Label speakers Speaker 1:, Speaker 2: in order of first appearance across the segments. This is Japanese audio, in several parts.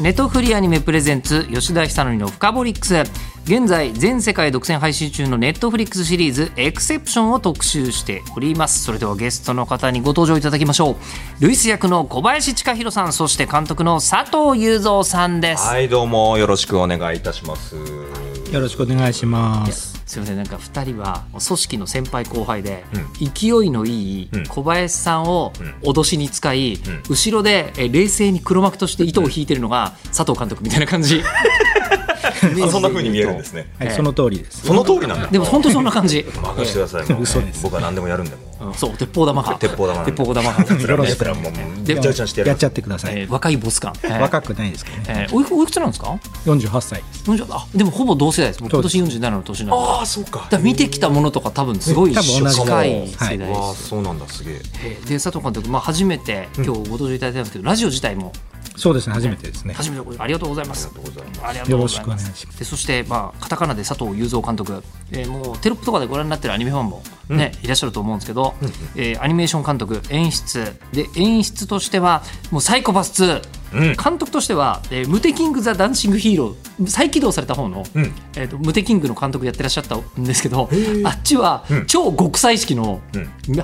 Speaker 1: ネトフリアニメプレゼンツ吉田久典のフカボリックス現在全世界独占配信中のネットフリックスシリーズエクセプションを特集しておりますそれではゲストの方にご登場いただきましょうルイス役の小林千佳弘さんそして監督の佐藤雄三さんです、
Speaker 2: はい、どうもよろしくお願いいたします。
Speaker 3: よろしくお願いします。
Speaker 1: すいませんなんか2人は組織の先輩後輩で、勢いのいい
Speaker 2: うん
Speaker 1: 小林さんを脅しに使い、
Speaker 2: ん
Speaker 1: 後ろでえ冷静に黒幕として糸を引いてるのが佐藤監督みたいな感じ
Speaker 2: あそんな風に見えるんですね。
Speaker 3: はい、
Speaker 1: ええ
Speaker 3: その通りです。
Speaker 2: その通りなんだ。
Speaker 1: でも本当そんな感じ
Speaker 2: 任せてください。もう
Speaker 3: 嘘です
Speaker 2: 僕は何でもやるんでもう。
Speaker 1: うんそう鉄砲玉か
Speaker 2: 鉄砲玉なんで
Speaker 1: 鉄砲玉か
Speaker 2: よ
Speaker 3: ろしく
Speaker 2: くもうめ
Speaker 1: で
Speaker 2: ちゃめちゃしてやる。
Speaker 3: やっちゃってください。
Speaker 1: えー若いボス感、えー
Speaker 3: 若くないですけどね。
Speaker 1: えーおいくおいくつなんですか
Speaker 3: 48歳です。
Speaker 1: 40あでもほぼ同世代です僕
Speaker 3: そ
Speaker 1: 今
Speaker 3: うです
Speaker 1: 年47の年なので
Speaker 2: ああそう
Speaker 1: だ
Speaker 2: か。
Speaker 1: から見てきたものとか多分すごい
Speaker 3: 多分同じ
Speaker 1: 近い世代です、
Speaker 2: わあそうなんだすげえ。
Speaker 1: で佐藤監督、まあ、初めて今日ご登場いただいたんですけど、ラジオ自体も
Speaker 3: そうですね、初めてですね。
Speaker 1: 初めてごありがとうございます。ありがとう
Speaker 3: よ
Speaker 1: ご
Speaker 3: ろ
Speaker 1: ざ
Speaker 3: し
Speaker 1: い
Speaker 3: くお
Speaker 1: ま
Speaker 3: 願い
Speaker 1: す。
Speaker 3: しま
Speaker 1: でそして、まあ、カタカナで佐藤雄三監督、えーもうテロップとかでご覧になってるアニメファンも、ねいらっしゃると思うんですけど、えーアニメーション監督演出で演出としてはもうサイコパス2、
Speaker 2: うん
Speaker 1: 監督としては、えームテキング・ザ・ダンシング・ヒーロー再起動された方の、
Speaker 2: うん
Speaker 1: えー、とムテキングの監督やってらっしゃったんですけどあっちは超極彩色の、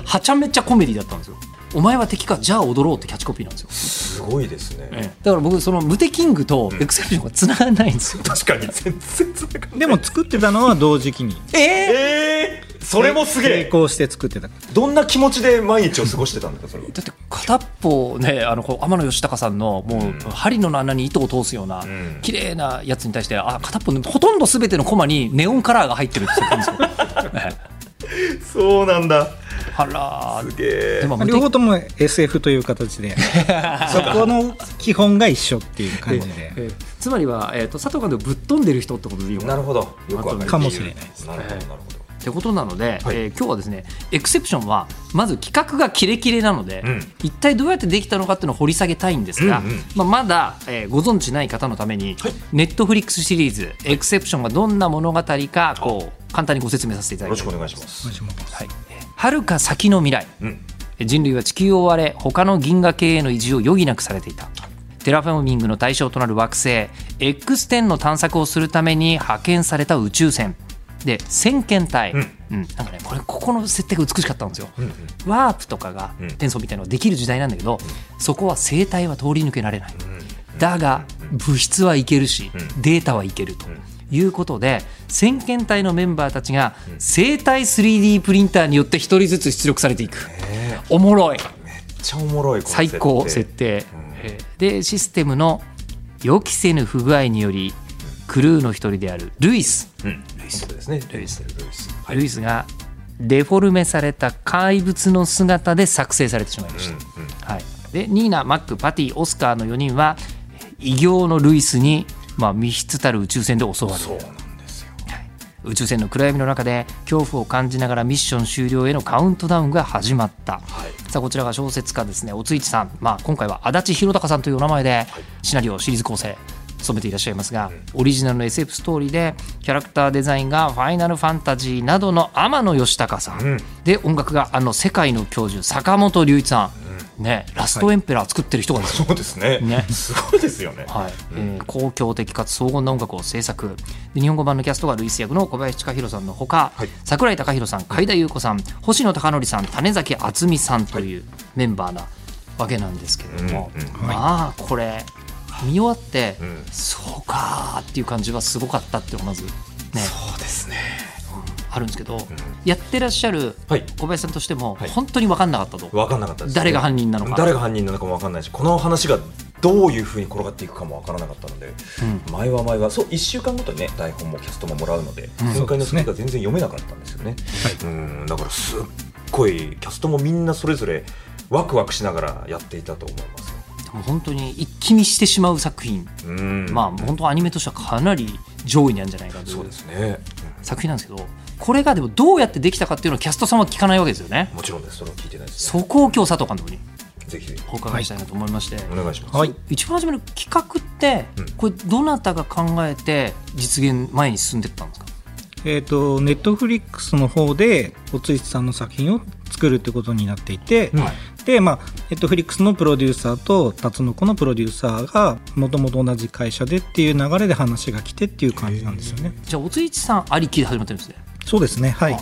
Speaker 1: はちゃめちゃコメディだったんですよ。お前は敵かじゃあ踊ろうってキャッチコピーなんですよ。
Speaker 2: すごいですね。
Speaker 1: だから僕そのムテキングとエクセプションが繋がらないんですよ、
Speaker 2: 確かに全然つなが
Speaker 3: でも作ってたのは同時期に。
Speaker 1: ええ
Speaker 2: ええそれもすげ
Speaker 3: 並
Speaker 2: え。
Speaker 3: 行して作ってたか
Speaker 2: どんな気持ちで毎日を過ごしてたんですかそれは。
Speaker 1: だって片っぽねあのこう天野義高さんのもう針の穴に糸を通すような
Speaker 2: うん
Speaker 1: 綺麗なやつに対してあ片っぽほとんど全てのコマにネオンカラーが入ってるって言ってたんですよね
Speaker 2: そうなんだ。
Speaker 1: あらー
Speaker 2: すげ
Speaker 1: で
Speaker 2: え。
Speaker 1: も
Speaker 3: ら。
Speaker 1: 無
Speaker 3: 両
Speaker 1: 敵
Speaker 3: 方とも SF という 形で、そこの基本が一緒っていう感じで。
Speaker 1: えーつまりは、えー、と佐藤監督ぶっ飛んでる人ってことでいいのか
Speaker 2: なるほど。よくわかる
Speaker 3: かもしれないです
Speaker 2: なるほどなるほど。
Speaker 1: ってことなので、
Speaker 2: はい
Speaker 1: えー今日はですねエクセプションはまず企画がキレキレなので、
Speaker 2: うん
Speaker 1: 一体どうやってできたのかっていうのを掘り下げたいんですが、
Speaker 2: うんうん
Speaker 1: まあ、まだ、えーご存知ない方のために、
Speaker 2: はい
Speaker 1: ネットフリックスシリーズエクセプションがどんな物語かこう簡単にご説明させていただ
Speaker 2: よろ
Speaker 1: き
Speaker 2: しく
Speaker 1: ます。
Speaker 2: お願いします。
Speaker 3: 私も
Speaker 1: はい遥か先の未来
Speaker 2: うん。
Speaker 1: 人類は地球を追われ他の銀河系への移住を余儀なくされていたテラフォーミングの対象となる惑星 X10 の探索をするために派遣された宇宙船で先遣隊、
Speaker 2: う
Speaker 1: うんんなんかねこれここの設定が美しかったんですよ、
Speaker 2: うんうん
Speaker 1: ワープとかが
Speaker 2: うん
Speaker 1: 転送みたいなのができる時代なんだけど、そこは生態は通り抜けられない、だが物質はいけるし、
Speaker 2: うん
Speaker 1: データはいけると。いうことで先遣隊のメンバーたちが生体 3D プリンターによって一人ずつ出力されていく、
Speaker 2: え
Speaker 1: おもろい
Speaker 2: えめっちゃおもろいこの
Speaker 1: 最高設定、えーでシステムの予期せぬ不具合によりクルーの一人であるルイス、
Speaker 2: うん。ルイスですね。
Speaker 1: ルイス
Speaker 2: ルイス。
Speaker 1: ルイスがデフォルメされた怪物の姿で作成されてしまいました、
Speaker 2: うんうん。
Speaker 1: はい、でニーナマックパティオスカーの4人は異形のルイスに、まあ、密室たる宇宙船で襲われる
Speaker 2: そうなんですよ。
Speaker 1: 宇宙船の暗闇の中で恐怖を感じながらミッション終了へのカウントダウンが始まった、さあこちらが小説家ですねおついちさん、まあ、今回は足立弘隆さんというお名前でシナリオシリーズ構成務めていらっしゃいますが、オリジナルの SF ストーリーでキャラクターデザインが「ファイナルファンタジー」などの天野義隆さん、
Speaker 2: うん
Speaker 1: で音楽があの世界の教授坂本龍一さん、ね、ラストエンペラー作ってる人がですよ
Speaker 2: そうですね。
Speaker 1: ね
Speaker 2: すごいですよね。
Speaker 1: はいえー公共的かつ荘厳な音楽を制作で日本語版のキャストがルイス役の小林千佳弘さんのほか、
Speaker 2: はい
Speaker 1: 桜井孝宏さん海田裕子さん星野貴則さん種崎敦美さんというメンバーなわけなんですけれども、
Speaker 2: うんうん
Speaker 1: まあこれ見終わって、
Speaker 2: ん
Speaker 1: そうかーっていう感じはすごかったっていうのがまずね
Speaker 2: そうですね。
Speaker 1: あるんですけど、やってらっしゃる
Speaker 2: はい
Speaker 1: 小林さんとしても
Speaker 2: はい
Speaker 1: 本当に分かんなかったと、
Speaker 2: 分かんなかったです、
Speaker 1: 誰が犯人なのか
Speaker 2: 誰が犯人なのかも分かんないし、この話がどういうふうに転がっていくかも分からなかったので、前は前は、そう、1週間ごとにね、台本もキャストももらうので、その回のスピーが全然読めなかったんですよね。うん、だからすっごい、キャストもみんなそれぞれ、ワクワクしながらやっていたと思いますよ。
Speaker 1: でももう本当に一気見してしまう作品、
Speaker 2: うん
Speaker 1: まあ本当アニメとしてはかなり上位にあるんじゃないかとい
Speaker 2: そう
Speaker 1: う
Speaker 2: ですね、
Speaker 1: 作品なんですけどこれがでもどうやってできたかっていうのはキャストさんは聞かないわけですよね
Speaker 2: うんもちろんですそれは聞いてないです、ね、
Speaker 1: そこを今日佐藤監督に
Speaker 2: ぜひぜひ
Speaker 1: お伺いしたいなと思いまして、
Speaker 2: お願いします、
Speaker 3: はい
Speaker 1: 一番初めの企画って
Speaker 2: うん
Speaker 1: これどなたが考えて実現前に進んでったんですか、
Speaker 3: えっ、とネットフリックスの方でおついつさんの作品を作るってことになっていて、
Speaker 2: うんはい
Speaker 3: でまあネットフリックスのプロデューサーとタツノコのプロデューサーがもともと同じ会社でっていう流れで話が来てっていう感じなんですよね。
Speaker 1: じゃあおついちさんありきで始まってるんですね
Speaker 3: そうですねはい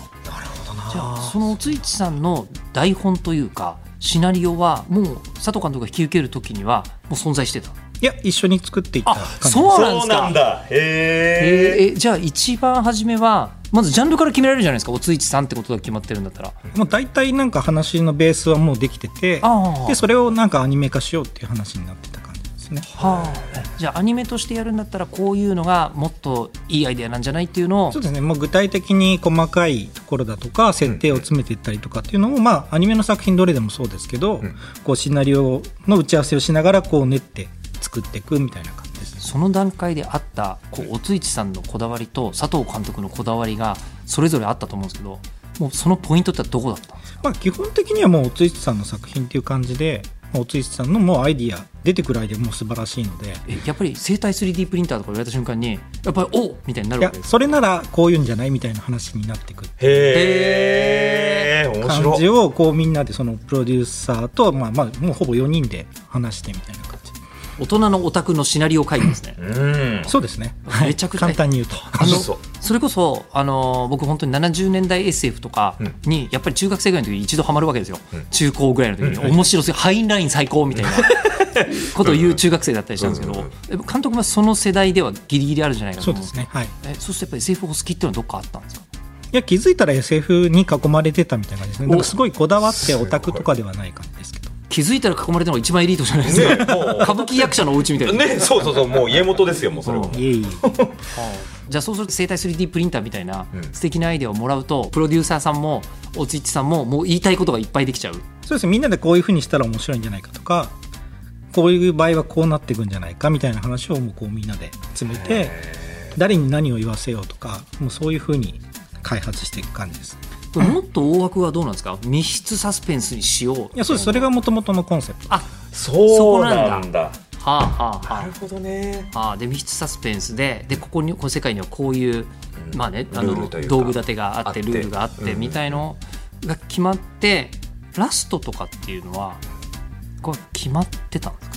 Speaker 1: じゃあそのおついちさんの台本というかシナリオはもう佐藤監督が引き受ける時にはもう存在してた
Speaker 3: いや一緒に作っていった感
Speaker 1: あ
Speaker 3: じ
Speaker 1: そうなんで
Speaker 2: そう
Speaker 1: す
Speaker 2: な
Speaker 1: か
Speaker 2: んだへえ
Speaker 1: えーえじゃあ一番初めはまずジャンルから決められるじゃないですかおついちさんってことが決まってるんだったら
Speaker 3: もう大体なんか話のベースはもうできてて
Speaker 1: ああ
Speaker 3: でそれをなんかアニメ化しようっていう話になってた感じですね
Speaker 1: はあ、じゃあアニメとしてやるんだったらこういうのがもっといいアイデアなんじゃないっていうのを
Speaker 3: そうですねもう具体的に細かいところだとか設定を詰めていったりとかっていうのを、まあ、アニメの作品どれでもそうですけど、
Speaker 2: うん
Speaker 3: こうシナリオの打ち合わせをしながらこう練って作っていくみたいな感じですね
Speaker 1: その段階であったこうおついちさんのこだわりと佐藤監督のこだわりがそれぞれあったと思うんですけどもうそのポイントってどこだったんですか
Speaker 3: まあ、基本的にはもうおついつさんの作品っていう感じでまあおついつさんのもうアイディア出てくるアイディアも素晴らしいので
Speaker 1: えやっぱり生体 3D プリンターとか言われた瞬間にやっぱりおみたいにないるわ
Speaker 3: や
Speaker 1: けです
Speaker 3: それならこういうんじゃないみたいな話になってくる
Speaker 2: へえ面
Speaker 3: 感
Speaker 2: 白
Speaker 3: じ
Speaker 2: い
Speaker 3: をこうみんなでそのプロデューサーと、まあ、まあもうほぼ4人で話してみたいな感じ
Speaker 1: 大人のオタクのシナリオ会議ですね
Speaker 2: うん
Speaker 3: そうですね
Speaker 1: めちゃくちゃ
Speaker 3: はい簡単に言うと
Speaker 1: あの
Speaker 2: 楽しそう
Speaker 1: それこそ、あのー僕本当に70年代 SF とかに、やっぱり中学生ぐらいの時に一度ハマるわけですよ、
Speaker 2: うん
Speaker 1: 中高ぐらいの時に、
Speaker 2: うん
Speaker 1: 面白すぎハインライン最高みたい なことを言う中学生だったりしたんですけど、
Speaker 2: うんう
Speaker 1: や
Speaker 2: ん
Speaker 1: っぱ監督はその世代ではギリギリあるんじゃないかなと
Speaker 3: そう
Speaker 1: 思うん
Speaker 3: で
Speaker 1: です
Speaker 3: す
Speaker 1: けど
Speaker 3: ねはい
Speaker 1: えそうするとやっぱり SF を好きっていうのはどっかあったんですか
Speaker 3: いや気づいたら SF に囲まれてたみたいな感じですね
Speaker 1: お
Speaker 3: なんかすごいこだわってオタクとかではない感じですけど
Speaker 1: 気づいたら囲まれたのが一番エリートじゃないですか、
Speaker 2: ねもう
Speaker 1: 歌舞伎役者のお家みたいな、
Speaker 2: ねそうそうそうもう家元ですよもうそれは
Speaker 3: いえいえ
Speaker 1: じゃあそうすると生体 3D プリンターみたいな
Speaker 2: うん
Speaker 1: 素敵なアイデアをもらうとプロデューサーさんもおちっちさんももう言いたいことがいっぱいできちゃう
Speaker 3: そうですねみんなでこういうふうにしたら面白いんじゃないかとかこういう場合はこうなっていくんじゃないかみたいな話をもうこうみんなで詰めて誰に何を言わせようとかもうそういうふうに開発していく感じです
Speaker 1: これもっと大枠はどうなんですか密室サスペンスにしよう
Speaker 3: いやそうですそれがもともとのコンセプト
Speaker 1: あ
Speaker 2: そうな
Speaker 1: なんん
Speaker 2: だ
Speaker 1: はあはあ
Speaker 2: な
Speaker 1: は
Speaker 2: るほどね
Speaker 1: ああーで密室サスペンスででここにこの世界にはこういう、
Speaker 2: うん
Speaker 1: まあねあ
Speaker 2: ルール
Speaker 1: の
Speaker 2: というか
Speaker 1: 道具立てがあって
Speaker 2: あって
Speaker 1: ルールがあって
Speaker 2: うん
Speaker 1: みたいのが決まってラストとかっていうのはこれ決まってたんですか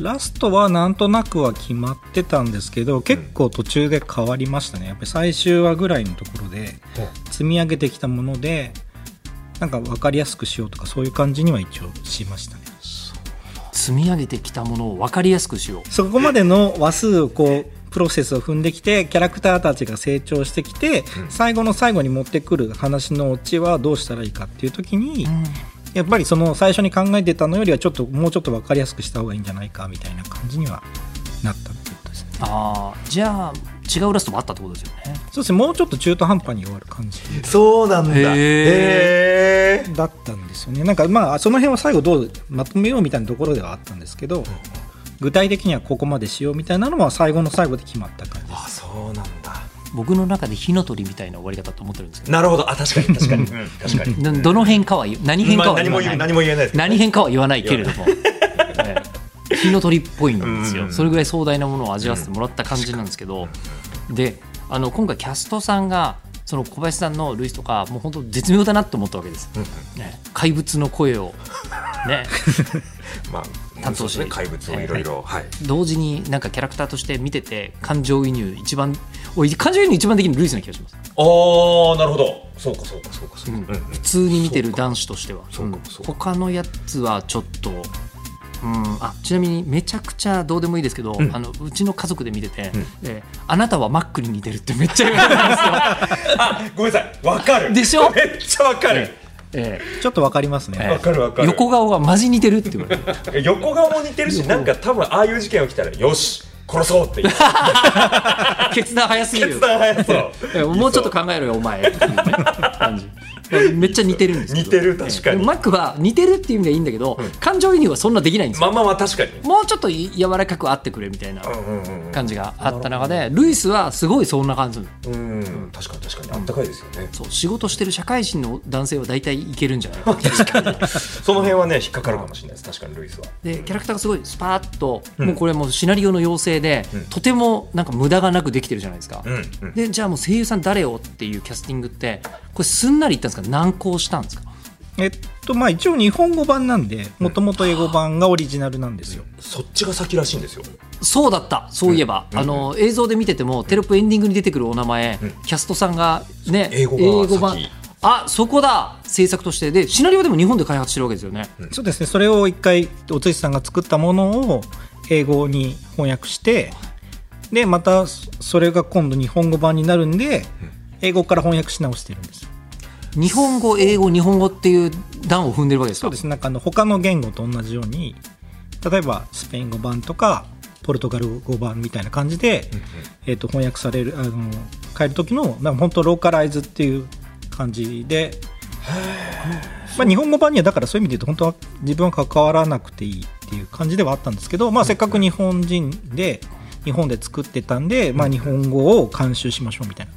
Speaker 3: ラストはなんとなくは決まってたんですけど結構途中で変わりましたねやっぱり最終話ぐらいのところで積み上げてきたものでなんか分かりやすくしようとかそういう感じには一応しましたね
Speaker 1: 積み上げてきたものを分かりやすくしよう
Speaker 3: そこまでの話数をこうプロセスを踏んできてキャラクターたちが成長してきて、
Speaker 2: うん
Speaker 3: 最後の最後に持ってくる話のオチはどうしたらいいかっていう時に、やっぱりその最初に考えてたのよりはちょっともうちょっと分かりやすくした方がいいんじゃないかみたいな感じにはなったっていうことですね
Speaker 1: ああじゃあ違うラストもあったってことですよね
Speaker 3: そうですねもうちょっと中途半端に終わる感じ
Speaker 2: そうなんだ
Speaker 1: へー
Speaker 2: へー
Speaker 3: だったんですよねなんかまあその辺は最後どうまとめようみたいなところではあったんですけど、具体的にはここまでしようみたいなのは最後の最後で決まった感じです
Speaker 2: あそうなんだ
Speaker 1: 僕の中で火の鳥みたいな終わり方と思ってるんですけど
Speaker 2: なるほどあ確かに確かにうん確かに
Speaker 1: などの辺かは言う何辺か
Speaker 2: まあ
Speaker 1: は
Speaker 2: 何
Speaker 1: 言
Speaker 2: も
Speaker 1: わ
Speaker 2: 言
Speaker 1: な
Speaker 2: う
Speaker 1: い
Speaker 2: 何も言えないです
Speaker 1: 何変かは言わないけれども、ええ火の鳥っぽいんです
Speaker 2: う
Speaker 1: よ
Speaker 2: ん
Speaker 1: それぐらい壮大なものを味わわせてもらった感じなんですけど、であの今回キャストさんがその小林さんのルイスとかもう本当絶妙だなと思ったわけです、
Speaker 2: うんうん
Speaker 1: ね、怪物の声を、ね、
Speaker 2: まあ
Speaker 1: 担
Speaker 2: そ
Speaker 1: 当者
Speaker 2: うですね怪物をいろいろはい
Speaker 1: 同時になんかキャラクターとして見てて感情移入一番俺感情移入一番できるのルイスな気がします
Speaker 2: ああなるほどそうかそうかそうかそううか
Speaker 1: ん
Speaker 2: うんうん
Speaker 1: 普通に見てる男子としては
Speaker 2: そうか
Speaker 1: ん
Speaker 2: そうか
Speaker 1: 他のやつはちょっと、うん、あちなみにめちゃくちゃどうでもいいですけど、
Speaker 2: ん
Speaker 1: あのうちの家族で見てて、
Speaker 2: ん
Speaker 1: えーあなたはマックに似てる」ってめっちゃ言われ たん
Speaker 2: あごめんなさいわかる
Speaker 1: でしょ
Speaker 2: めっちゃわか
Speaker 1: で
Speaker 2: る
Speaker 1: すよえー
Speaker 3: ちょっと分かりますね、
Speaker 1: えー
Speaker 2: わかるわかる
Speaker 1: 横顔がマジ似てるって言われて
Speaker 2: 横顔も似てるしなんか多分ああいう事件起きたらよし殺そ うって言う
Speaker 1: 決断早すぎる
Speaker 2: 決断早そう
Speaker 1: えーもうちょっと考えろよお前っていうね感じめっちゃ似てるんですけど
Speaker 2: 似てる確かに
Speaker 1: マックは似てるっていう意味ではいいんだけど、感情移入はそんなできないんです
Speaker 2: まあ
Speaker 1: よ、
Speaker 2: まあまあ確かに。
Speaker 1: もうちょっとい柔らかくあってくれみたいな
Speaker 2: うんうん
Speaker 1: 感じがあった中でルイスはすごいそんな感じなの
Speaker 2: うん。うん確かに確かにあったかいですよね。
Speaker 1: そう仕事してる社会人の男性は大体いけるんじゃない か
Speaker 2: その辺はね引っかかるかもしれないです。確かにルイスは。
Speaker 1: でキャラクターがすごいスパーッと、
Speaker 2: うん
Speaker 1: もうこれもうシナリオの要請で、
Speaker 2: うん
Speaker 1: とてもなんか無駄がなくできてるじゃないですか、
Speaker 2: うんうん。
Speaker 1: でじゃあもう声優さん誰をっていうキャスティングってこれすんなりいったんですか難航したんですか
Speaker 3: えっとまあ一応日本語版なんでもともと英語版がオリジナルなんですよ、
Speaker 2: そっちが先らしいんですよ。
Speaker 1: そうだったそういえば、
Speaker 2: うん
Speaker 1: あの映像で見ててもテロップエンディングに出てくるお名前、
Speaker 2: うん
Speaker 1: キャストさんがね
Speaker 2: 英語版は先
Speaker 1: あそこだ制作としてでシナリオでも日本で開発してるわけですよね
Speaker 2: うん
Speaker 3: そうですねそれを一回おついさんが作ったものを英語に翻訳してでまたそれが今度日本語版になるんで英語から翻訳し直してるんですよ
Speaker 1: 日本語英語日本語っていう段を踏んでるわけです
Speaker 3: そ
Speaker 1: か
Speaker 3: うですねなんかあの他の言語と同じように例えばスペイン語版とかポルトガル語版みたいな感じで、えー、と翻訳されるあの変える時のなんか本当ローカライズっていう感じで、まあ、日本語版にはだからそういう意味で言うと本当は自分は関わらなくていいっていう感じではあったんですけど、まあ、せっかく日本人で日本で作ってたんで、まあ、日本語を監修しましょうみたいな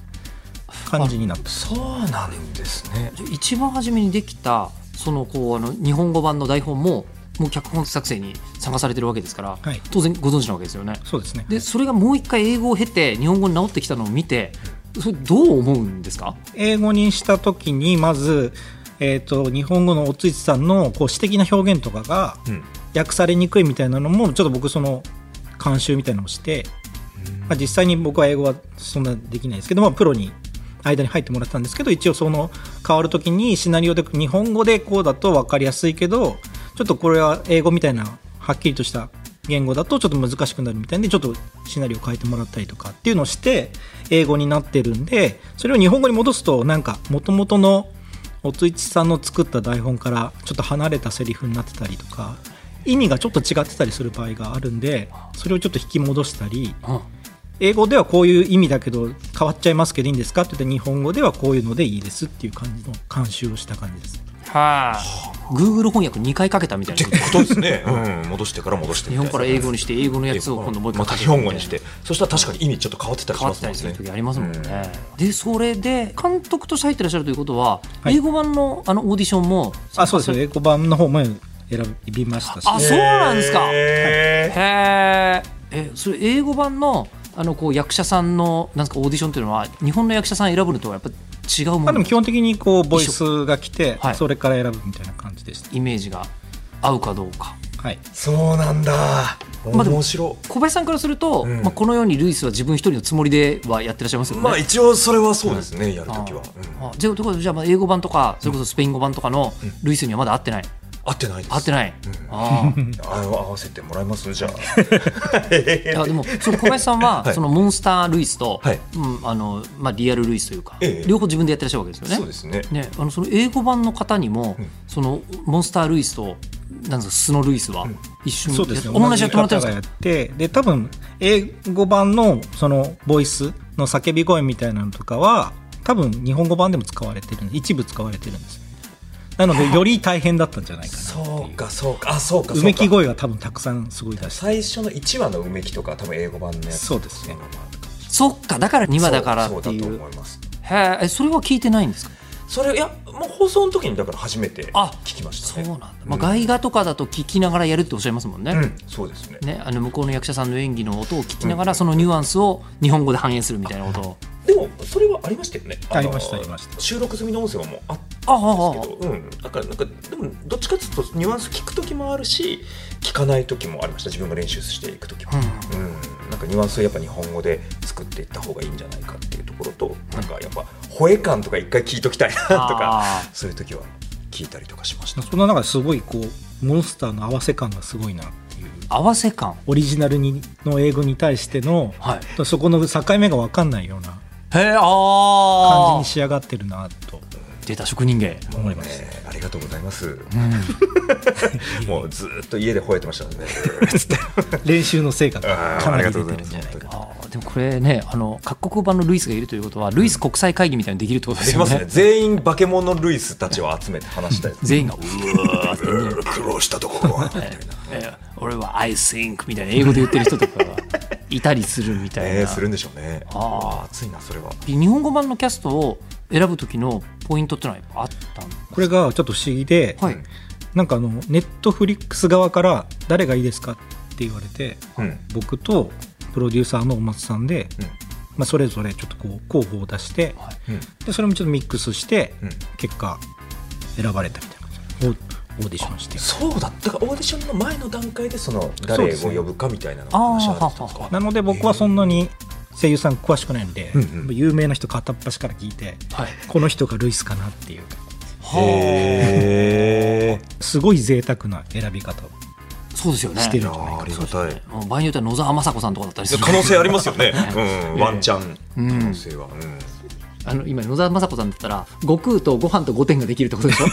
Speaker 3: 感じになった。
Speaker 2: そうなんですね。
Speaker 1: じゃあ一番初めにできたそのこうあの日本語版の台本ももう脚本作成に参加されてるわけですから、
Speaker 3: はい
Speaker 1: 当然ご存知なわけですよね
Speaker 3: そうですね
Speaker 1: でそれがもう一回英語を経て日本語に直ってきたのを見てそれどう思うんですか
Speaker 3: 英語にした時にまず、えー、と日本語のおついさんのこう詩的な表現とかが
Speaker 2: うん。
Speaker 3: 訳されにくいみたいなのもちょっと僕その監修みたいなのをして、まあ、実際に僕は英語はそんなできないですけど、まあ、プロに間に入ってもらったんですけど一応その変わる時にシナリオで日本語でこうだと分かりやすいけどちょっとこれは英語みたいなはっきりとした言語だとちょっと難しくなるみたいんでちょっとシナリオ変えてもらったりとかっていうのをして英語になってるんでそれを日本語に戻すとなんか元々のおついちさんの作った台本からちょっと離れたセリフになってたりとか意味がちょっと違ってたりする場合があるんでそれをちょっと引き戻したり
Speaker 1: うん
Speaker 3: 英語ではこういう意味だけど変わっちゃいますけどいいんですかって言って日本語ではこういうのでいいですっていう感じの監修をした感じです
Speaker 1: はい、Google 翻訳2回かけたみたい
Speaker 2: って
Speaker 1: な
Speaker 2: ことで すね。うん。戻してから戻して
Speaker 1: 日
Speaker 2: み
Speaker 1: 本
Speaker 2: たいな
Speaker 1: から英語にして英語のやつを今度もう一
Speaker 2: ま
Speaker 1: 回かけ
Speaker 2: た日
Speaker 1: て
Speaker 2: 本語にして。そしたら確かに意味ちょっと変わってたりし
Speaker 1: 変わ
Speaker 2: ま
Speaker 1: って
Speaker 2: す
Speaker 1: た
Speaker 2: も
Speaker 1: り
Speaker 2: ん
Speaker 1: する時
Speaker 2: ね。
Speaker 1: ありますもんね
Speaker 2: うん。
Speaker 1: でそれで監督として入ってらっしゃるということは、
Speaker 3: はい
Speaker 1: 英語版のあのオーディションも
Speaker 3: あそうですよ英語版の方も選びましたし
Speaker 1: あそうなんですか
Speaker 2: へー
Speaker 1: へーえそれ英語版のあのこう役者さんのなんですかオーディションというのは日本の役者さん選ぶのとはやっぱ違うも
Speaker 3: まあ、
Speaker 1: の
Speaker 3: でも基本的にこうボイスが来て
Speaker 1: はい
Speaker 3: それから選ぶみたいな感じでした、
Speaker 1: イメージが合うかどうか
Speaker 3: はい、
Speaker 2: そうなんだ。
Speaker 1: まあでも
Speaker 2: 面白。
Speaker 1: 小林さんからすると、
Speaker 2: うん
Speaker 1: まあ、このようにルイスは自分一人のつもりではやってらっしゃいますよね。
Speaker 2: まあ一応それはそうですね。やるときは。うん
Speaker 1: あじゃあところでじゃあまあ英語版とかそれこそスペイン語版とかの
Speaker 2: うん
Speaker 1: ルイスにはまだ合ってない
Speaker 2: 合ってないです。
Speaker 1: 合ってない、
Speaker 2: うん
Speaker 1: あー
Speaker 2: あの合わせてもらいま すじゃあ。
Speaker 1: いやでもその小林さんは、
Speaker 2: はい
Speaker 1: そのモンスタールイスと、
Speaker 2: はい
Speaker 1: うんあのまあ、リアルルイスというか、
Speaker 2: ええ
Speaker 1: 両方自分でやってらっしゃるわけですよね。
Speaker 2: そうですね。
Speaker 1: ね、あのその英語版の方にも、
Speaker 2: うん
Speaker 1: そのモンスタールイスとなんですかスノルイスは
Speaker 2: ん
Speaker 1: 一緒に
Speaker 3: そうですね
Speaker 1: 同
Speaker 3: 同
Speaker 1: じ
Speaker 3: じ
Speaker 1: やってもらってる
Speaker 3: 方
Speaker 1: んで
Speaker 3: が
Speaker 1: す
Speaker 3: や
Speaker 1: か
Speaker 3: ってで多分英語版のそのボイスの叫び声みたいなのとかは多分日本語版でも使われてるんで一部使われてるんですよねなのでより大変だったんじゃないかな
Speaker 2: そうかそうかあそうかそうう
Speaker 3: めき
Speaker 2: か。
Speaker 3: 声が多分たくさんすごい出して
Speaker 2: 最初の一話のうめきとか多分英語版のやつ。
Speaker 3: そうですね
Speaker 2: のまま
Speaker 1: そっかだから2話だからってい
Speaker 2: そうそうだと思います。
Speaker 1: へーえそれは聞いてないんですか
Speaker 2: それいやもう放送の時にだから初めて
Speaker 1: あ
Speaker 2: 聞きました
Speaker 1: そう
Speaker 2: ね。
Speaker 1: なんだ、まあ、外画とかだと聞きながらやるっておっしゃいますもんね,、
Speaker 2: うんそうですね。
Speaker 1: ねあの向こうの役者さんの演技の音を聞きながらそのニュアンスを日本語で反映するみたいなことを
Speaker 2: でもそれはありましたよね。の
Speaker 3: ありましたありました
Speaker 2: 収録済みの音声はもうあった
Speaker 1: ああ
Speaker 2: んです
Speaker 1: あ
Speaker 2: けど、うん。だからなんかでもどっちかっていうとニュアンス聞く時もあるし、聞かない時もありました。自分が練習していく時も。
Speaker 1: あ
Speaker 2: うん、なんかニュアンスをやっぱ日本語で作っていった方がいいんじゃないかっていうところとなんかやっぱ吠え感とか一回聞いときたいなとか
Speaker 1: あー
Speaker 2: そういう時は聞いたりとかしました
Speaker 3: そんな中ですごいこうモンスターの合わせ感がすごいなっていう
Speaker 1: 合わせ感
Speaker 3: オリジナルにの英語に対しての
Speaker 1: はい
Speaker 3: そこの境目が分かんないような
Speaker 1: へえ
Speaker 3: 感じ
Speaker 1: あ
Speaker 3: に仕上がってるなと
Speaker 1: 出た職人芸
Speaker 3: 思います
Speaker 2: ねありがとうございます
Speaker 1: うん
Speaker 2: もうずーっと家で吠えてましたね
Speaker 3: 練習の成果が
Speaker 2: あ
Speaker 3: か
Speaker 2: ーあ
Speaker 3: な
Speaker 2: り
Speaker 3: り
Speaker 2: がと
Speaker 3: 出て
Speaker 2: うございま
Speaker 3: るん
Speaker 2: す
Speaker 3: じゃないか
Speaker 1: あーでもこれねあの各国版のルイスがいるということはルイス国際会議みたいにできるってことです
Speaker 2: い
Speaker 1: よ
Speaker 2: ま
Speaker 1: ね。
Speaker 2: すね全員化け物ルイスたちを集めて話したいです
Speaker 1: 全員が「うわ」ってね
Speaker 2: 苦労したところはみたいな
Speaker 1: えー俺は「I think」みたいな英語で言ってる人とかがいたりするみたい
Speaker 2: え
Speaker 1: な、
Speaker 2: ー、するんでしょうね
Speaker 1: あ
Speaker 2: ああ熱いなそれは
Speaker 1: 日本語版のキャストを選ぶ時のポイントってのはやっぱあったんで
Speaker 3: これがちょっと不思議で、
Speaker 1: はい
Speaker 3: なんかあのネットフリックス側から誰がいいですかって言われて
Speaker 2: うん
Speaker 3: 僕とプロデューサーのお松さんで、まあ、それぞれちょっとこう候補を出して
Speaker 2: うんうん
Speaker 3: でそれもちょっとミックスして
Speaker 2: うん
Speaker 3: 結果選ばれたみたいな感じでオーオーディションして
Speaker 2: そうだったからオーディションの前の段階でその誰を呼ぶかみたいなのが
Speaker 1: そうです
Speaker 2: 話し
Speaker 1: ね
Speaker 2: 合われてたんですか
Speaker 3: なので僕はそんなに声優さん詳しくないので、
Speaker 2: うんうん
Speaker 3: まあ有名な人片っ端から聞いて
Speaker 1: はい
Speaker 3: この人がルイスかなっていう
Speaker 2: へえ
Speaker 3: すごい贅沢な選び方を
Speaker 1: そうですよね
Speaker 3: してる
Speaker 2: ありがたい
Speaker 1: もう場合によっては野沢雅子さんとかだったりする
Speaker 2: 可能性ありますよね うんワンチャン
Speaker 1: う
Speaker 2: 可
Speaker 1: ん
Speaker 2: 能性はうん
Speaker 1: あの今野沢雅子さんだったら悟空とご飯と御殿ができるってこと でしょ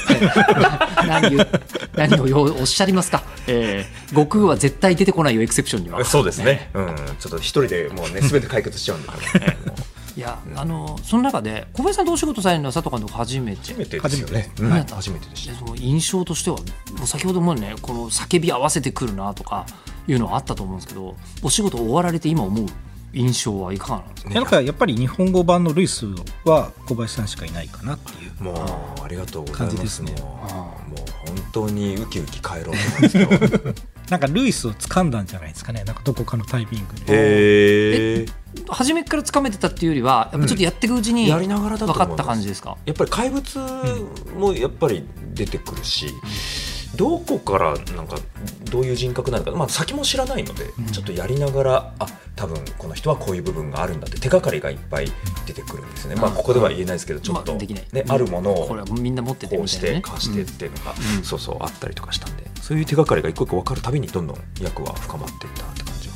Speaker 1: 何言う何をようおっしゃりますか、えー悟空は絶対出てこないよエクセプションには
Speaker 2: そうですねうんちょっと一人でもうね全て解決しちゃ うんで多分もう
Speaker 1: いやあのその中で小林さんとお仕事されるのは佐藤監督初めて
Speaker 2: 初めてですよねうん
Speaker 1: 初めて
Speaker 2: 初めてでし
Speaker 1: で
Speaker 2: た
Speaker 1: その印象としてはもう先ほどもねこの叫び合わせてくるなとかいうのはあったと思うんですけどお仕事終わられて今思う印象はいかがなんですか
Speaker 3: なんかやっぱり日本語版のルイスは小林さんしかいないかなっていう
Speaker 2: もうありがとうござい
Speaker 3: 感じ
Speaker 2: ま
Speaker 3: ですす
Speaker 2: も
Speaker 3: ね
Speaker 2: うもう本当にウキウキ帰ろうと思うんですけど
Speaker 3: なんかルイスを掴んだんじゃないですかねなんかどこかのタイミングで
Speaker 2: へえ
Speaker 1: 初めからつかめてたっていうよりはやっぱちょっとやっていくうちに
Speaker 2: やり
Speaker 1: 分
Speaker 2: ながらだと思い
Speaker 1: か
Speaker 2: ます
Speaker 1: った感じですか
Speaker 2: やっぱり怪物もやっぱり出てくるし、どこからなんかどういう人格なのか、まあ、先も知らないので、ちょっとやりながらあ多分この人はこういう部分があるんだって手がかりがいっぱい出てくるんですね、まあ、ここでは言えないですけどちょっと、
Speaker 1: まあできな
Speaker 2: ね
Speaker 1: い
Speaker 2: あるもの
Speaker 1: これは
Speaker 2: を
Speaker 1: みんな持ってて
Speaker 2: こう
Speaker 1: み
Speaker 2: した
Speaker 1: いな
Speaker 2: て
Speaker 1: ね
Speaker 2: 貸してっていうのが、
Speaker 1: うん
Speaker 2: そうそうあったりとかしたんでそういう手がかりが一個一個分かるたびにどんどん役は深まっていったって感じは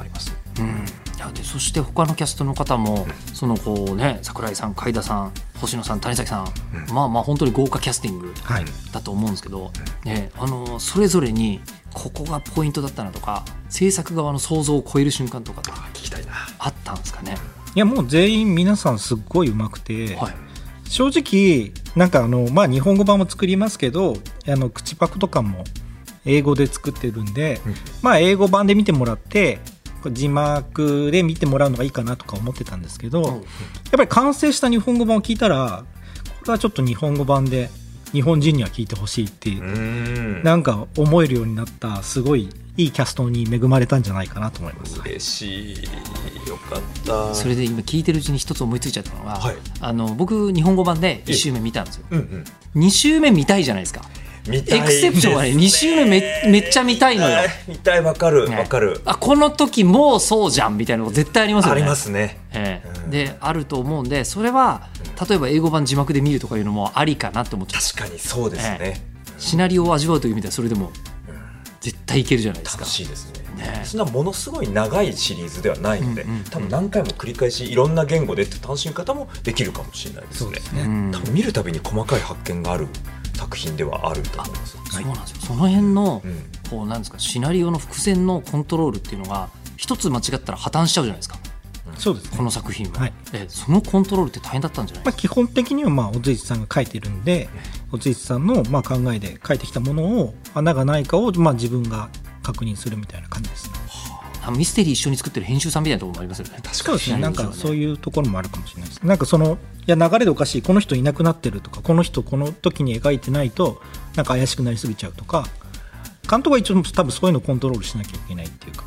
Speaker 2: あります。
Speaker 1: うんいやでそして他のキャストの方もそのこうね桜井さん海田さん星野さん谷崎さん、
Speaker 2: うん
Speaker 1: まあまあ本当に豪華キャスティング
Speaker 3: はい
Speaker 1: だと思うんですけど、ね、あのそれぞれにここがポイントだったなとか制作側の想像を超える瞬間とかって
Speaker 2: あ聞きたいな
Speaker 1: あったんですかね。
Speaker 3: いやもう全員皆さんすっごい上手くて、
Speaker 1: はい、
Speaker 3: 正直なんかあのまあ日本語版も作りますけどあの口パクとかも英語で作ってるんで、
Speaker 2: うん
Speaker 3: まあ英語版で見てもらってこう字幕で見てもらうのがいいかなとか思ってたんですけど、やっぱり完成した日本語版を聞いたらこれはちょっと日本語版で日本人には聞いてほしいっていうう、
Speaker 2: ん
Speaker 3: なんか思えるようになったすごいいいキャストに恵まれたんじゃないかなと思います。
Speaker 2: 嬉しいよかった
Speaker 1: それで今聞いてるうちに一つ思いついちゃったのは、
Speaker 2: はい
Speaker 1: あの僕日本語版で1周目見たんですよ
Speaker 2: うんうん
Speaker 1: 2周目見たいじゃないですか
Speaker 2: 見たい
Speaker 1: エクセプションはね
Speaker 2: です
Speaker 1: 2周目めめっちゃ見たいのよ、
Speaker 2: 見たいわかる
Speaker 1: ね
Speaker 2: わかる
Speaker 1: あこの時もうそうじゃんみたいなの絶対ありますよ
Speaker 2: あ
Speaker 1: ね
Speaker 2: りますね
Speaker 1: ええ
Speaker 2: うん
Speaker 1: であると思うんでそれは例えば英語版字幕で見るとかいうのもありかなって思ってます
Speaker 2: 確かにそうですね
Speaker 1: シナリオを味わうという意味ではそれでも絶対いけるじゃないですか
Speaker 2: 楽しいですね
Speaker 1: ね
Speaker 2: そんなものすごい長いシリーズではないので
Speaker 1: うんうんうん
Speaker 2: 多分何回も繰り返しいろんな言語でって楽しみ方もできるかもしれないですね
Speaker 1: うん
Speaker 2: 多分見るたびに細かい発見がある作品ではあると思います
Speaker 1: そうなんですよその辺の
Speaker 2: うん
Speaker 1: こうなんですかシナリオの伏線のコントロールっていうのが一つ間違ったら破綻しちゃうじゃないですか
Speaker 3: そうですね
Speaker 1: この作品は、
Speaker 3: はい
Speaker 1: ええそのコントロールって大変だったんじゃない
Speaker 3: ま
Speaker 1: で
Speaker 3: あ、基本的にはまあ小津一さんが書いてるんで小津一さんのまあ考えで書いてきたものを穴がないかをまあ自分が確認するみたいな感じですね。
Speaker 1: すか、ミステリー一緒に作ってる編集さんみたいなところもありますよね
Speaker 3: そうですね。なんかそう
Speaker 1: う
Speaker 3: いうところもあるかもしれないです。なんかそのいや流れでおかしいこの人いなくなってるとかこの人この時に描いてないとなんか怪しくなりすぎちゃうとか監督は一応多分そういうのをコントロールしなきゃいけないっていうか。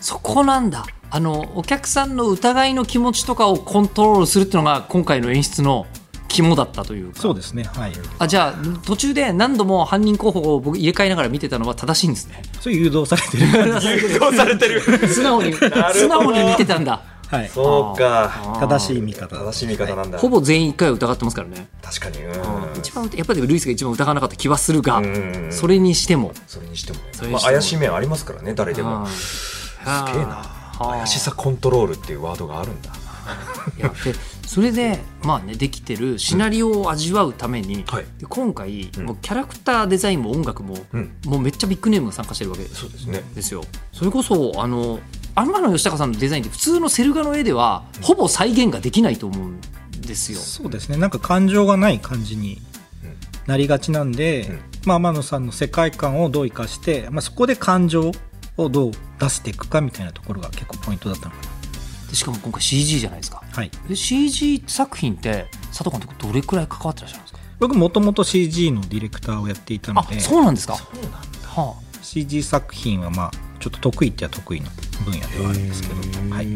Speaker 1: そこなんだあのお客さんの疑いの気持ちとかをコントロールするっていうのが今回の演出の肝だったというか
Speaker 3: そうですね。はい。
Speaker 1: あじゃあ途中で何度も犯人候補を僕入れ替えながら見てたのは正しいんですね
Speaker 3: そういう誘導されてる。
Speaker 2: 誘導されてる
Speaker 1: 素直に
Speaker 2: ど
Speaker 1: 素直に見てたんだ
Speaker 3: はい。
Speaker 2: そうか
Speaker 1: あー
Speaker 3: 正しい見方。
Speaker 2: 正しい見方なんだ
Speaker 1: ほぼ全員一回は疑ってますからね、
Speaker 2: 確かにうん
Speaker 1: 一番やっぱりルイスが一番疑わなかった気はするが、
Speaker 2: うん
Speaker 1: それにしても
Speaker 2: それにしてもね
Speaker 1: それに
Speaker 2: まあ
Speaker 1: しても
Speaker 2: 怪しい面ありますからね誰でも
Speaker 1: あー
Speaker 2: すげえな
Speaker 1: あー
Speaker 2: 怪しさコントロールっていうワードがあるんだ
Speaker 1: いやでそれでまあねできてるシナリオを味わうために、
Speaker 2: はい
Speaker 1: で今回、
Speaker 2: ん
Speaker 1: もうキャラクターデザインも音楽も、
Speaker 2: うん
Speaker 1: もうめっちゃビッグネームが参加してるわけ
Speaker 2: そうですね
Speaker 1: ですよそれこそあの天野義孝さんのデザインって普通のセル画の絵ではほぼ再現ができないと思うんですよ。
Speaker 3: そうですねなんか感情がない感じになりがちなんで、
Speaker 2: うん
Speaker 3: まあ、天野さんの世界観をどう生かして、まあ、そこで感情をどう出していくかみたいなところが結構ポイントだったのかな。
Speaker 1: でしかも今回 CG じゃないですか。
Speaker 3: はい、
Speaker 1: え CG 作品って佐藤監督どれくらい関わってらっしゃるんですか
Speaker 3: 僕もともと CG のディレクターをやっていたの
Speaker 1: あ
Speaker 3: で
Speaker 1: そうなんですか。
Speaker 2: そうなんだ
Speaker 1: は
Speaker 3: CG 作品はまあちょっと得意っては得意な分野ではあるんですけど、はい、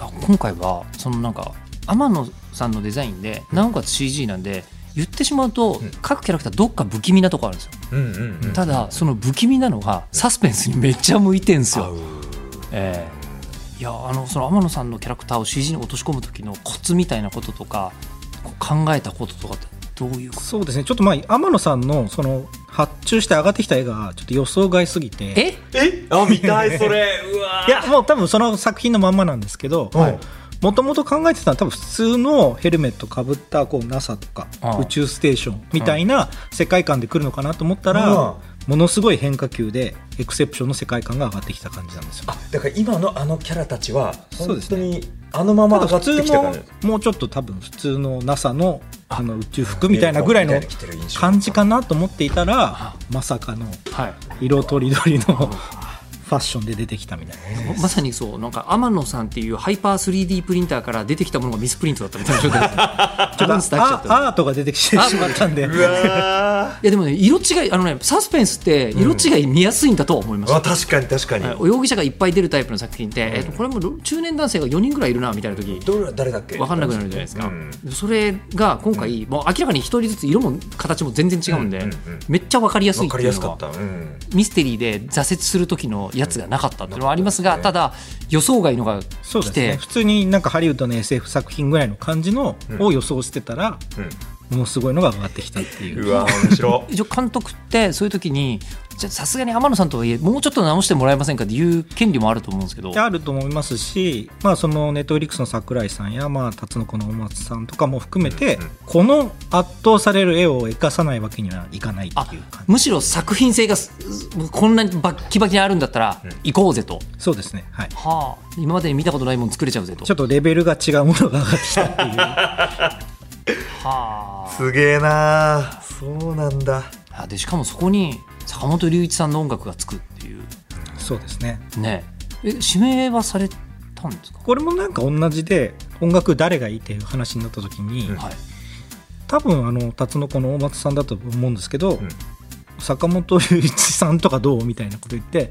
Speaker 1: あ、あ今回はそのなんか天野さんのデザインでなおかつ CG なんで言ってしまうと
Speaker 2: うん
Speaker 1: 各キャラクターどっか不気味なとこあるんですよ。
Speaker 2: うんうんうん
Speaker 1: ただその不気味なのがサスペンスにめっちゃ向いてんす
Speaker 2: 合
Speaker 1: よ。
Speaker 2: う
Speaker 1: ええいやあのその天野さんのキャラクターを CG に落とし込む時のコツみたいなこととかこう考えたこととかってどういうこと
Speaker 3: そうですねちょっとまあ天野さんのその発注して上がってきた絵がちょっと予想外すぎて
Speaker 1: え
Speaker 2: えあ見たいそれうわ
Speaker 3: いやもう多分その作品のまんまなんですけど
Speaker 2: はい
Speaker 3: もともと考えてたのは多分普通のヘルメットかぶったこう NASA とか
Speaker 1: ああ
Speaker 3: 宇宙ステーションみたいな世界観で来るのかなと思ったら
Speaker 2: あ
Speaker 3: ものすごい変化球でエクセプションの世界観が上がってきた感じなんですよ。
Speaker 2: あだから今のあのキャラたちは
Speaker 3: そう
Speaker 2: 本
Speaker 3: です
Speaker 2: 当
Speaker 3: ね
Speaker 2: にあのまま
Speaker 3: た
Speaker 2: 上がって
Speaker 3: だ普通
Speaker 2: きた感
Speaker 3: の
Speaker 2: じ
Speaker 3: もうちょっと多分普通の NASA のあの宇宙服みたいなぐらいの感じかなと思っていたらまさかの
Speaker 1: はい
Speaker 3: 色とりどりのファッションで出てきたみたいな。
Speaker 1: まさにそうなんか天野さんっていうハイパー 3D プリンターから出てきたものがミスプリントだったみたいな状態です
Speaker 3: ちょっと
Speaker 1: ダンスで飽きちゃった
Speaker 3: アートが出てきてしまったんで。
Speaker 2: うわ
Speaker 1: いやでもね色違いあのねサスペンスって色違い見やすいんだとは思いま
Speaker 2: ー
Speaker 1: した、
Speaker 2: わ確かに確かに、
Speaker 1: はい容疑者がいっぱい出るタイプの作品って、えっと、これもろ中年男性が4人ぐらいいるなみたいな時
Speaker 2: どれ誰だっけ
Speaker 1: 分かんなくなるじゃないですか、
Speaker 2: うん
Speaker 1: それが今回、もう明らかに1人ずつ色も形も全然違うんで、
Speaker 2: うんうんうん
Speaker 1: めっちゃ分かりやすいっ
Speaker 2: わ
Speaker 1: て
Speaker 2: か
Speaker 1: い
Speaker 2: り
Speaker 1: う
Speaker 2: や
Speaker 1: の
Speaker 2: す
Speaker 1: が
Speaker 2: かった、うん、
Speaker 1: ミステリーで挫折する時のやつがなかったっていうのはありますが、
Speaker 2: うん
Speaker 1: ただ予想外のが
Speaker 3: そ
Speaker 1: 来
Speaker 3: うですね
Speaker 1: て、
Speaker 3: 普通になんかハリウッドの SF 作品ぐらいの感じの
Speaker 2: うん
Speaker 3: を予想してたら、
Speaker 2: う
Speaker 3: ものすごいのが上がってきたってい
Speaker 2: ん、
Speaker 3: う
Speaker 2: うわー面白
Speaker 1: 一応監督ってそういう時にじゃあさすがに天野さんとはいえもうちょっと直してもらえませんかっていう権利もあると思うんですけど
Speaker 3: あると思いますし、まあ、そのネットフリックスの桜井さんや、まあ、タツノコの大松さんとかも含めて、
Speaker 2: うんうん
Speaker 3: この圧倒される絵を生かさないわけにはいかないっていう感じ
Speaker 1: むしろ作品性がすこんなにバッキバキにあるんだったら
Speaker 2: うん
Speaker 1: 行こうぜと、
Speaker 3: そうですねはい
Speaker 1: はあ、今までに見たことないもん作れちゃうぜと
Speaker 3: ちょっとレベルが違うものが上がってきたっていう
Speaker 1: は
Speaker 2: すげえなーそうなんだ
Speaker 1: ああでしかもそこに坂本龍一さんの音楽がつくっていう
Speaker 3: そうですね
Speaker 1: ねえ指名はされたんですか、
Speaker 3: これもなんか同じで音楽誰がいいっていう話になった時に、
Speaker 2: うん
Speaker 1: はい、
Speaker 3: 多分あのタツノコの大松さんだと思うんですけど、
Speaker 2: ん
Speaker 3: 坂本龍一さんとかどうみたいなこと言って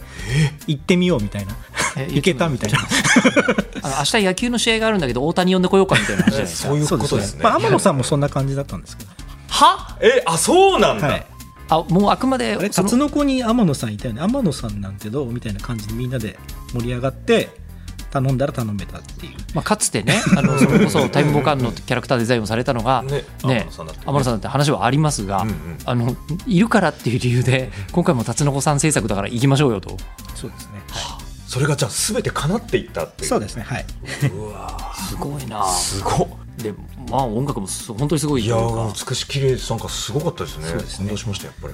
Speaker 3: 行ってみようみたいな
Speaker 1: え
Speaker 3: 行けたみたいな
Speaker 1: あの明日野球の試合があるんだけど大谷呼んでこようかみたいな話じゃないです
Speaker 2: そ
Speaker 1: か
Speaker 2: ういう
Speaker 3: そ
Speaker 2: こ
Speaker 3: うで
Speaker 2: と
Speaker 3: す
Speaker 2: で
Speaker 3: ね
Speaker 2: すね
Speaker 3: まあ、天野さんもそんな感じだったんですけど、
Speaker 1: は
Speaker 2: えあそうなんだ、
Speaker 3: はい、
Speaker 1: あもうあくまで
Speaker 3: あれ
Speaker 1: そ
Speaker 3: タ
Speaker 1: の
Speaker 3: ツノコに天野さんいたよね天野さんなんてどうみたいな感じでみんなで盛り上がって頼んだら頼めたっていう
Speaker 1: まあ、かつてねあ のそれこそタイムボカンのキャラクターデザインをされたのが、
Speaker 2: ね
Speaker 1: ね
Speaker 2: 天野さんだってね
Speaker 1: 天野さんだって話はありますが、
Speaker 2: うんうん
Speaker 1: あのいるからっていう理由で今回も辰野子さん制作だから行きましょうよと
Speaker 3: そうですね、
Speaker 2: それがじゃあ全て叶っていったっていう
Speaker 3: そうですねはいう
Speaker 2: わー
Speaker 1: すごいな
Speaker 2: すごっ
Speaker 1: でまあ音楽もす本当にすごいと
Speaker 2: い
Speaker 1: い
Speaker 2: や
Speaker 1: うか
Speaker 2: ー美しい綺麗なんかすごかったですね
Speaker 3: そうです
Speaker 2: 感
Speaker 3: ね
Speaker 2: 動しましたやっぱり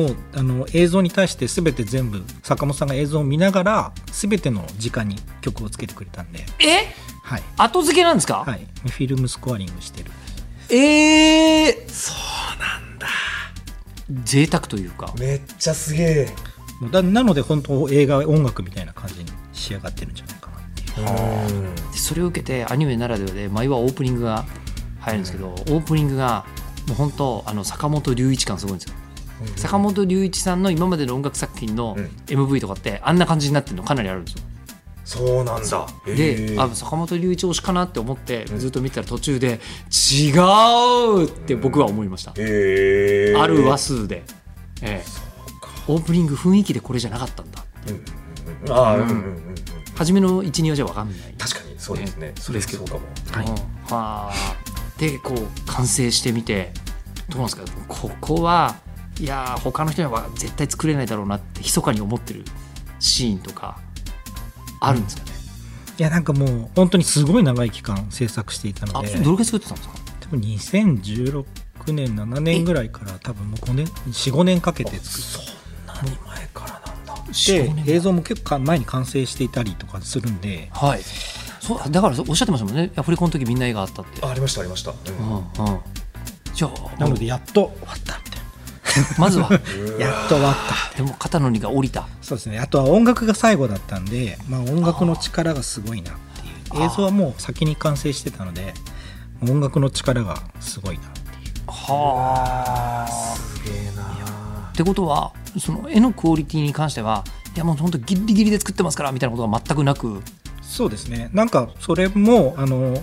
Speaker 3: もうあの映像に対して全て全部坂本さんが映像を見ながら全ての時間に曲をつけてくれたんで
Speaker 1: え
Speaker 3: はい
Speaker 1: 後付けなんですか、
Speaker 3: はい、フィルムスコアリングしてる
Speaker 1: ええそうなんだ贅沢というか
Speaker 2: めっちゃすげえ
Speaker 3: もうだなので本当映画音楽みたいな感じに仕上がってるんじゃないかなっていう
Speaker 2: うん
Speaker 1: でそれを受けてアニメならではで毎話オープニングが入るんですけど、オープニングがもう本当あの坂本龍一感すごいんですよ、坂本龍一さんの今までの音楽作品の
Speaker 2: うん
Speaker 1: MV とかってあんな感じになってるのかなりあるんですよ、
Speaker 2: そうなんだへ
Speaker 1: で
Speaker 2: ー
Speaker 1: あ坂本龍一推しかなって思ってずっと見てたら途中で「違う!」って僕は思いました、
Speaker 2: へー
Speaker 1: ある話数で、ええオープニング雰囲気でこれじゃなかったんだ
Speaker 2: あーうんうんうんうん
Speaker 1: 初めの12話じゃ分かんない
Speaker 2: 確かにそうですね
Speaker 1: ね
Speaker 2: それそうかも
Speaker 3: はい
Speaker 1: うんはあでこう完成してみてどうなんですかここはいやー他の人には絶対作れないだろうなって密かに思ってるシーンとかあるんですかね、
Speaker 3: いやなんかもう本当にすごい長い期間制作していたの
Speaker 1: あ
Speaker 3: で
Speaker 1: どれくらい作ってたんですか
Speaker 3: 多分2016年7年ぐらいから多分もう5年45年かけて作っ
Speaker 2: そんなに前からなんだ
Speaker 3: って映像も結構前に完成していたりとかするんで、
Speaker 1: はいそうだからおっしゃってましたもんねアフリコの時みんな絵があったって
Speaker 2: あありましたありました、うん
Speaker 1: うんうんじゃあ
Speaker 3: なのでやっと終わったみたい
Speaker 1: まずは
Speaker 3: なやっと終わった
Speaker 1: でも肩の荷が下りた
Speaker 3: そうですねあとは音楽が最後だったんで、まあ、音楽の力がすごいなっていう映像はもう先に完成してたので音楽の力がすごいな
Speaker 1: はあ
Speaker 2: すげえな
Speaker 1: ってことはその絵のクオリティに関してはいやもう本当ギリギリで作ってますからみたいなことは全くなく
Speaker 3: そうですねなんかそれもあの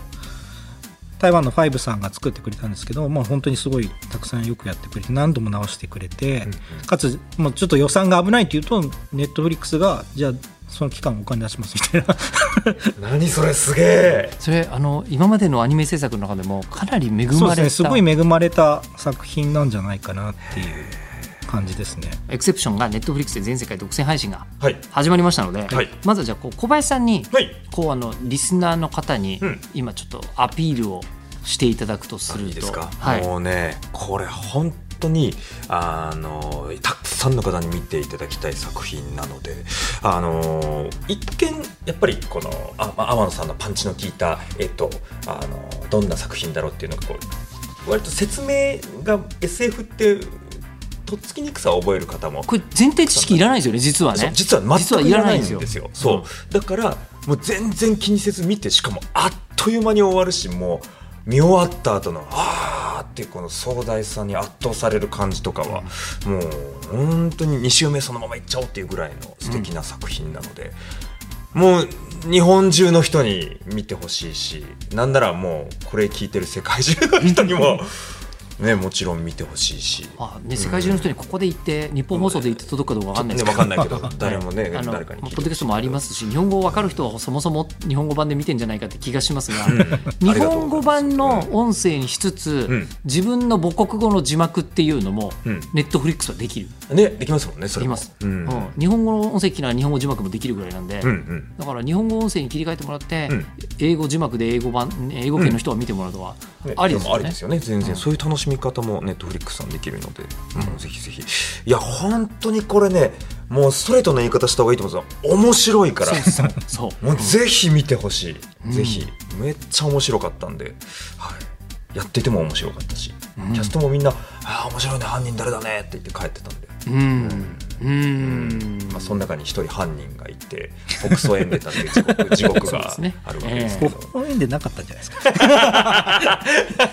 Speaker 3: 台湾のファイブさんが作ってくれたんですけど、まあ、本当にすごいたくさんよくやってくれて何度も直してくれて、かつ、まあ、ちょっと予算が危ないっていうとネットフリックスがじゃあその期間お金出しますみたいな
Speaker 2: 何それすげえ
Speaker 1: それあの今までのアニメ制作の中でもかなり恵
Speaker 3: そう
Speaker 1: ま
Speaker 3: です
Speaker 1: れ
Speaker 3: ね
Speaker 1: た
Speaker 3: すごい恵まれた作品なんじゃないかなっていう感じですね。
Speaker 1: エクセプションがネットフリックスで全世界独占配信が
Speaker 2: はい
Speaker 1: 始まりましたので、
Speaker 2: はい
Speaker 1: まずはじゃあこう小林さんに、
Speaker 2: はい
Speaker 1: こうあのリスナーの方に
Speaker 2: うん
Speaker 1: 今ちょっとアピールをしていただくとすると、
Speaker 2: いいですか、
Speaker 1: はい、
Speaker 2: もうねこれ本当にあのたくさんの方に見ていただきたい作品なのであの一見やっぱりこのあまあ天野さんのパンチの効いた絵とあのどんな作品だろうっていうのがこう割と説明が SF ってとっつきにくさを覚える方も
Speaker 1: これ前提知識いらないですよね実は
Speaker 2: そ
Speaker 1: ね
Speaker 2: う実は
Speaker 1: 実
Speaker 2: 全
Speaker 1: は
Speaker 2: く
Speaker 1: い
Speaker 2: い
Speaker 1: ら
Speaker 2: ら
Speaker 1: な
Speaker 2: ないい
Speaker 1: ん
Speaker 2: ん
Speaker 1: で
Speaker 2: ですす
Speaker 1: よ
Speaker 2: よ
Speaker 1: う
Speaker 2: そ
Speaker 1: ん
Speaker 2: うだからもう全然気にせず見てしかもあっという間に終わるしもう見終わった後のあーっていうこの壮大さに圧倒される感じとかは、もう本当に2週目そのままいっちゃおうっていうぐらいの素敵な作品なので、もう日本中の人に見てほしいしなんならもうこれ聞いてる世界中の人にもねもちろん見てほしいし。
Speaker 1: あね、世界中の人にここで言って、日本放送で言って届くかどうかわかんない
Speaker 2: ね、
Speaker 1: です
Speaker 2: わ
Speaker 1: けど
Speaker 2: かんない けど誰もね
Speaker 1: あの
Speaker 2: 誰かに
Speaker 1: ポ
Speaker 2: 聞
Speaker 1: ッ
Speaker 2: い
Speaker 1: ド
Speaker 2: て
Speaker 1: キャスト
Speaker 2: ほしい
Speaker 1: もありますし日本語わかる人はそもそも日本語版で見てんじゃないかって気がしますが、
Speaker 2: ん
Speaker 1: 日本語版の音声にしつつ、
Speaker 2: うん
Speaker 1: 自分の母国語の字幕っていうのも、
Speaker 2: うん
Speaker 1: ネットフリックスはできる
Speaker 2: ね、できますもんね、そ
Speaker 1: で
Speaker 2: れ
Speaker 1: き
Speaker 2: も
Speaker 1: ます、
Speaker 2: う
Speaker 1: うん
Speaker 2: ん、
Speaker 1: 日本語の音声聞きながら日本語字幕もできるぐらいなんで、
Speaker 2: うん、うん、
Speaker 1: だから日本語音声に切り替えてもらって、
Speaker 2: うん
Speaker 1: 英語字幕で英語版英語圏の人は見てもらうとは、
Speaker 2: ね
Speaker 1: ありです
Speaker 2: も
Speaker 1: よ
Speaker 2: あり
Speaker 1: ね
Speaker 2: ですよね。全然、そういう楽しみ方もネットフリックスさんできるので、うん、ぜひぜひ。いや、本当にこれね、もうストレートな言い方した方がいいと思うんですよ。面白いから。
Speaker 1: そうそうそ う
Speaker 2: もうぜひ見てほしい、
Speaker 1: うん
Speaker 2: ぜひめっちゃ面白かったんで、はい、やってても面白かったし、
Speaker 1: うん
Speaker 2: キャストもみんな「ああ面白いね犯人誰だね」って言って帰ってたんで、
Speaker 1: うんうん、
Speaker 2: まあ、その中に一人犯人がいて北総演出たんで地獄地獄
Speaker 1: そうで
Speaker 2: が
Speaker 1: すね
Speaker 2: あるわけですけ
Speaker 3: ご
Speaker 2: ど、
Speaker 3: 本縁でなかったんじゃないですか。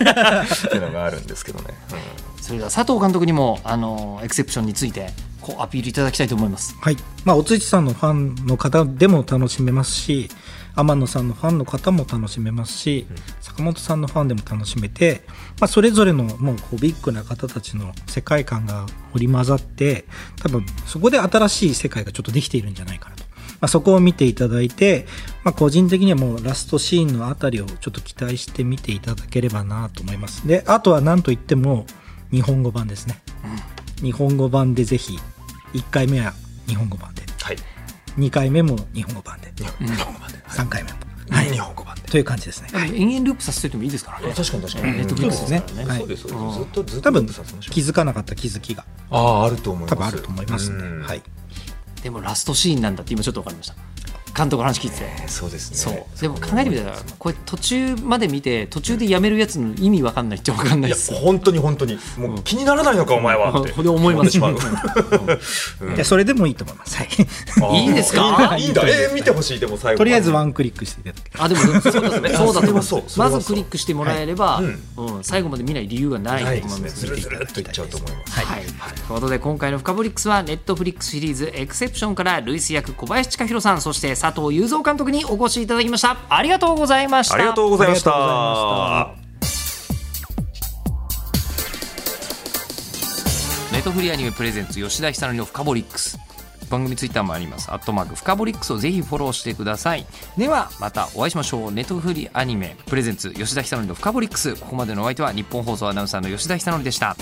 Speaker 2: っていうのがあるんですけどね。うん
Speaker 1: それでは佐藤監督にもあのエクセプションについてこうアピールいただきたいと思います。
Speaker 3: はい。まあ、おついちさんのファンの方でも楽しめますし、天野さんのファンの方も楽しめますし、坂本さんのファンでも楽しめて、まあ、それぞれのもうこうビッグな方たちの世界観が織り交ざって、多分そこで新しい世界がちょっとできているんじゃないかなと。まあ、そこを見ていただいて、まあ、個人的にはもうラストシーンのあたりをちょっと期待して見ていただければなと思います。で、あとは何といっても日本語版ですね。日本語版でぜひ1回目は日本語版で
Speaker 2: はい。
Speaker 3: 2回目も日本語版で
Speaker 2: 日本語版で。
Speaker 3: 3回目も、
Speaker 2: はい。日本語版で。
Speaker 3: という感じですね、
Speaker 1: 延々ループさせておいてもいいですからね。
Speaker 2: 確かに確かに。
Speaker 1: ネットフリックス
Speaker 3: ね
Speaker 2: そう
Speaker 3: はい
Speaker 2: そうです。そうですずっとずっと
Speaker 3: 多分
Speaker 2: ループさせましょう
Speaker 3: 気づかなかった気づきが
Speaker 2: あああると思います。
Speaker 3: 多分あると思いますんで
Speaker 2: うん
Speaker 3: はい。
Speaker 1: でもラストシーンなんだって今ちょっと分かりました。監督の話聞いてて。
Speaker 2: えーそうですね。
Speaker 1: そうでも考えてみたら
Speaker 2: い
Speaker 1: これ途中まで見て途中でやめるやつの意味わかんないって分かんない
Speaker 2: や
Speaker 1: です。
Speaker 2: 本当に本当にもう気にならないのかお前はって。
Speaker 1: これ思い ます。
Speaker 2: 思ってしまう
Speaker 3: いやそれでもいいと思いま す、はい、
Speaker 2: あー
Speaker 1: いいですか
Speaker 2: いいんだ。えー見てほしいでも最後まで。
Speaker 3: とりあえずワンクリックしていただけ
Speaker 1: あでもそうだね。そうだと思います
Speaker 2: それはそうそれ
Speaker 1: ま
Speaker 2: はそう
Speaker 1: ずクリックしてもらえれば、
Speaker 2: はい
Speaker 1: うん最後まで見ない理由がない
Speaker 2: ない
Speaker 1: と
Speaker 2: で
Speaker 1: 思
Speaker 2: す
Speaker 1: いま
Speaker 2: ね。
Speaker 1: す
Speaker 2: ずるずるっといっちゃうと思います。
Speaker 1: はい、ということで今回の「フカボリックス」はネットフリックスシリーズ「エクセプション」からルイス役小林千佳弘さんそして佐藤雄三監督にお越しいただきましたありがとうございました
Speaker 2: ありがとうございまし
Speaker 3: ありがとうございま
Speaker 2: た。
Speaker 1: ネットフリーアニメプレゼンツ吉田久典のフカボリックス番組ツイッターもありますアットマークフカボリックスをぜひフォローしてくださいではまたお会いしましょうネットフリーアニメプレゼンツ吉田久典のフカボリックスここまでのお相手は日本放送アナウンサーの吉田久典でした